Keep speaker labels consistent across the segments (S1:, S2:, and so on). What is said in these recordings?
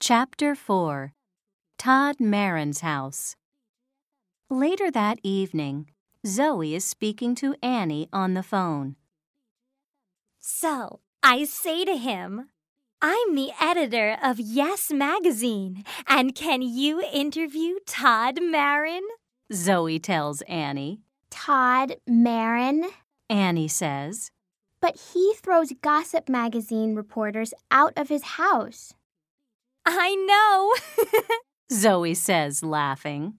S1: Chapter 4 Todd Marin's House. Later that evening, Zoe is speaking to Annie on the phone.
S2: So I say to him, I'm the editor of Yes Magazine, and can you interview Todd Marin?
S1: Zoe tells Annie.
S3: Todd Marin?
S1: Annie says,
S3: But he throws gossip magazine reporters out of his house.
S2: I know!
S1: Zoe says, laughing.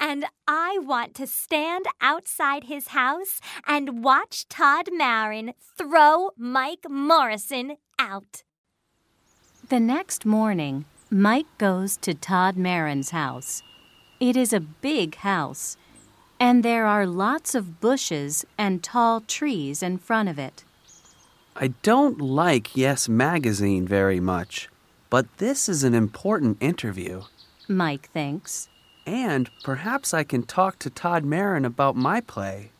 S2: and I want to stand outside his house and watch Todd Marin throw Mike Morrison out.
S1: The next morning, Mike goes to Todd Marin's house. It is a big house, and there are lots of bushes and tall trees in front of it.
S4: I don't like Yes Magazine very much, but this is an important interview.
S1: Mike thinks.
S4: And perhaps I can talk to Todd Marin about my play.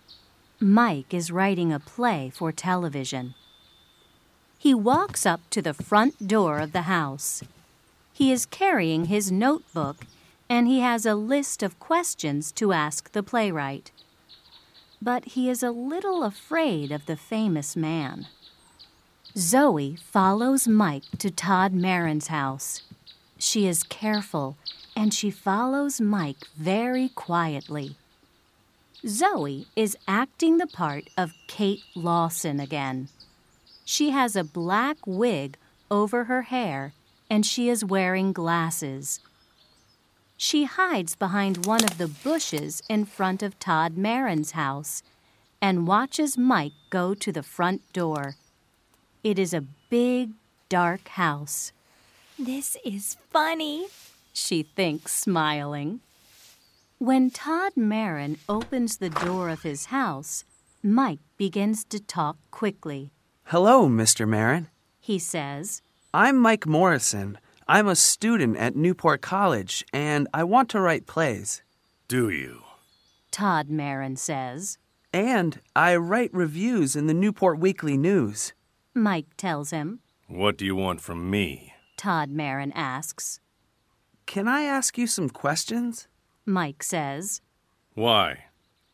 S1: Mike is writing a play for television. He walks up to the front door of the house. He is carrying his notebook and he has a list of questions to ask the playwright. But he is a little afraid of the famous man. Zoe follows Mike to Todd Marin's house. She is careful and she follows Mike very quietly. Zoe is acting the part of Kate Lawson again. She has a black wig over her hair and she is wearing glasses. She hides behind one of the bushes in front of Todd Marin's house and watches Mike go to the front door. It is a big, dark house,
S2: This is funny.
S1: she thinks, smiling. When Todd Marin opens the door of his house, Mike begins to talk quickly.
S4: Hello, Mr. Marin.
S1: He says,
S4: I'm Mike Morrison. I'm a student at Newport College, and I want to write plays.
S5: Do you?
S1: Todd Marin says,
S4: And I write reviews in the Newport Weekly News.
S1: Mike tells him,
S5: What do you want from me?
S1: Todd Marin asks,
S4: Can I ask you some questions?
S1: Mike says,
S5: Why?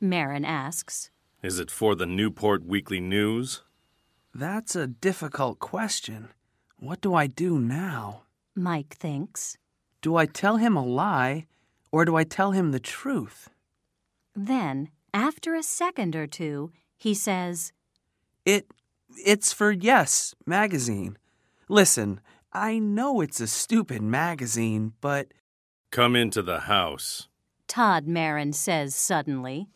S1: Marin asks,
S5: Is it for the Newport Weekly News?
S4: That's a difficult question. What do I do now?
S1: Mike thinks.
S4: Do I tell him a lie, or do I tell him the truth?
S1: Then, after a second or two, he says,
S4: It it's for Yes magazine. Listen, I know it's a stupid magazine, but
S5: Come into the house.
S1: Todd Marin says suddenly,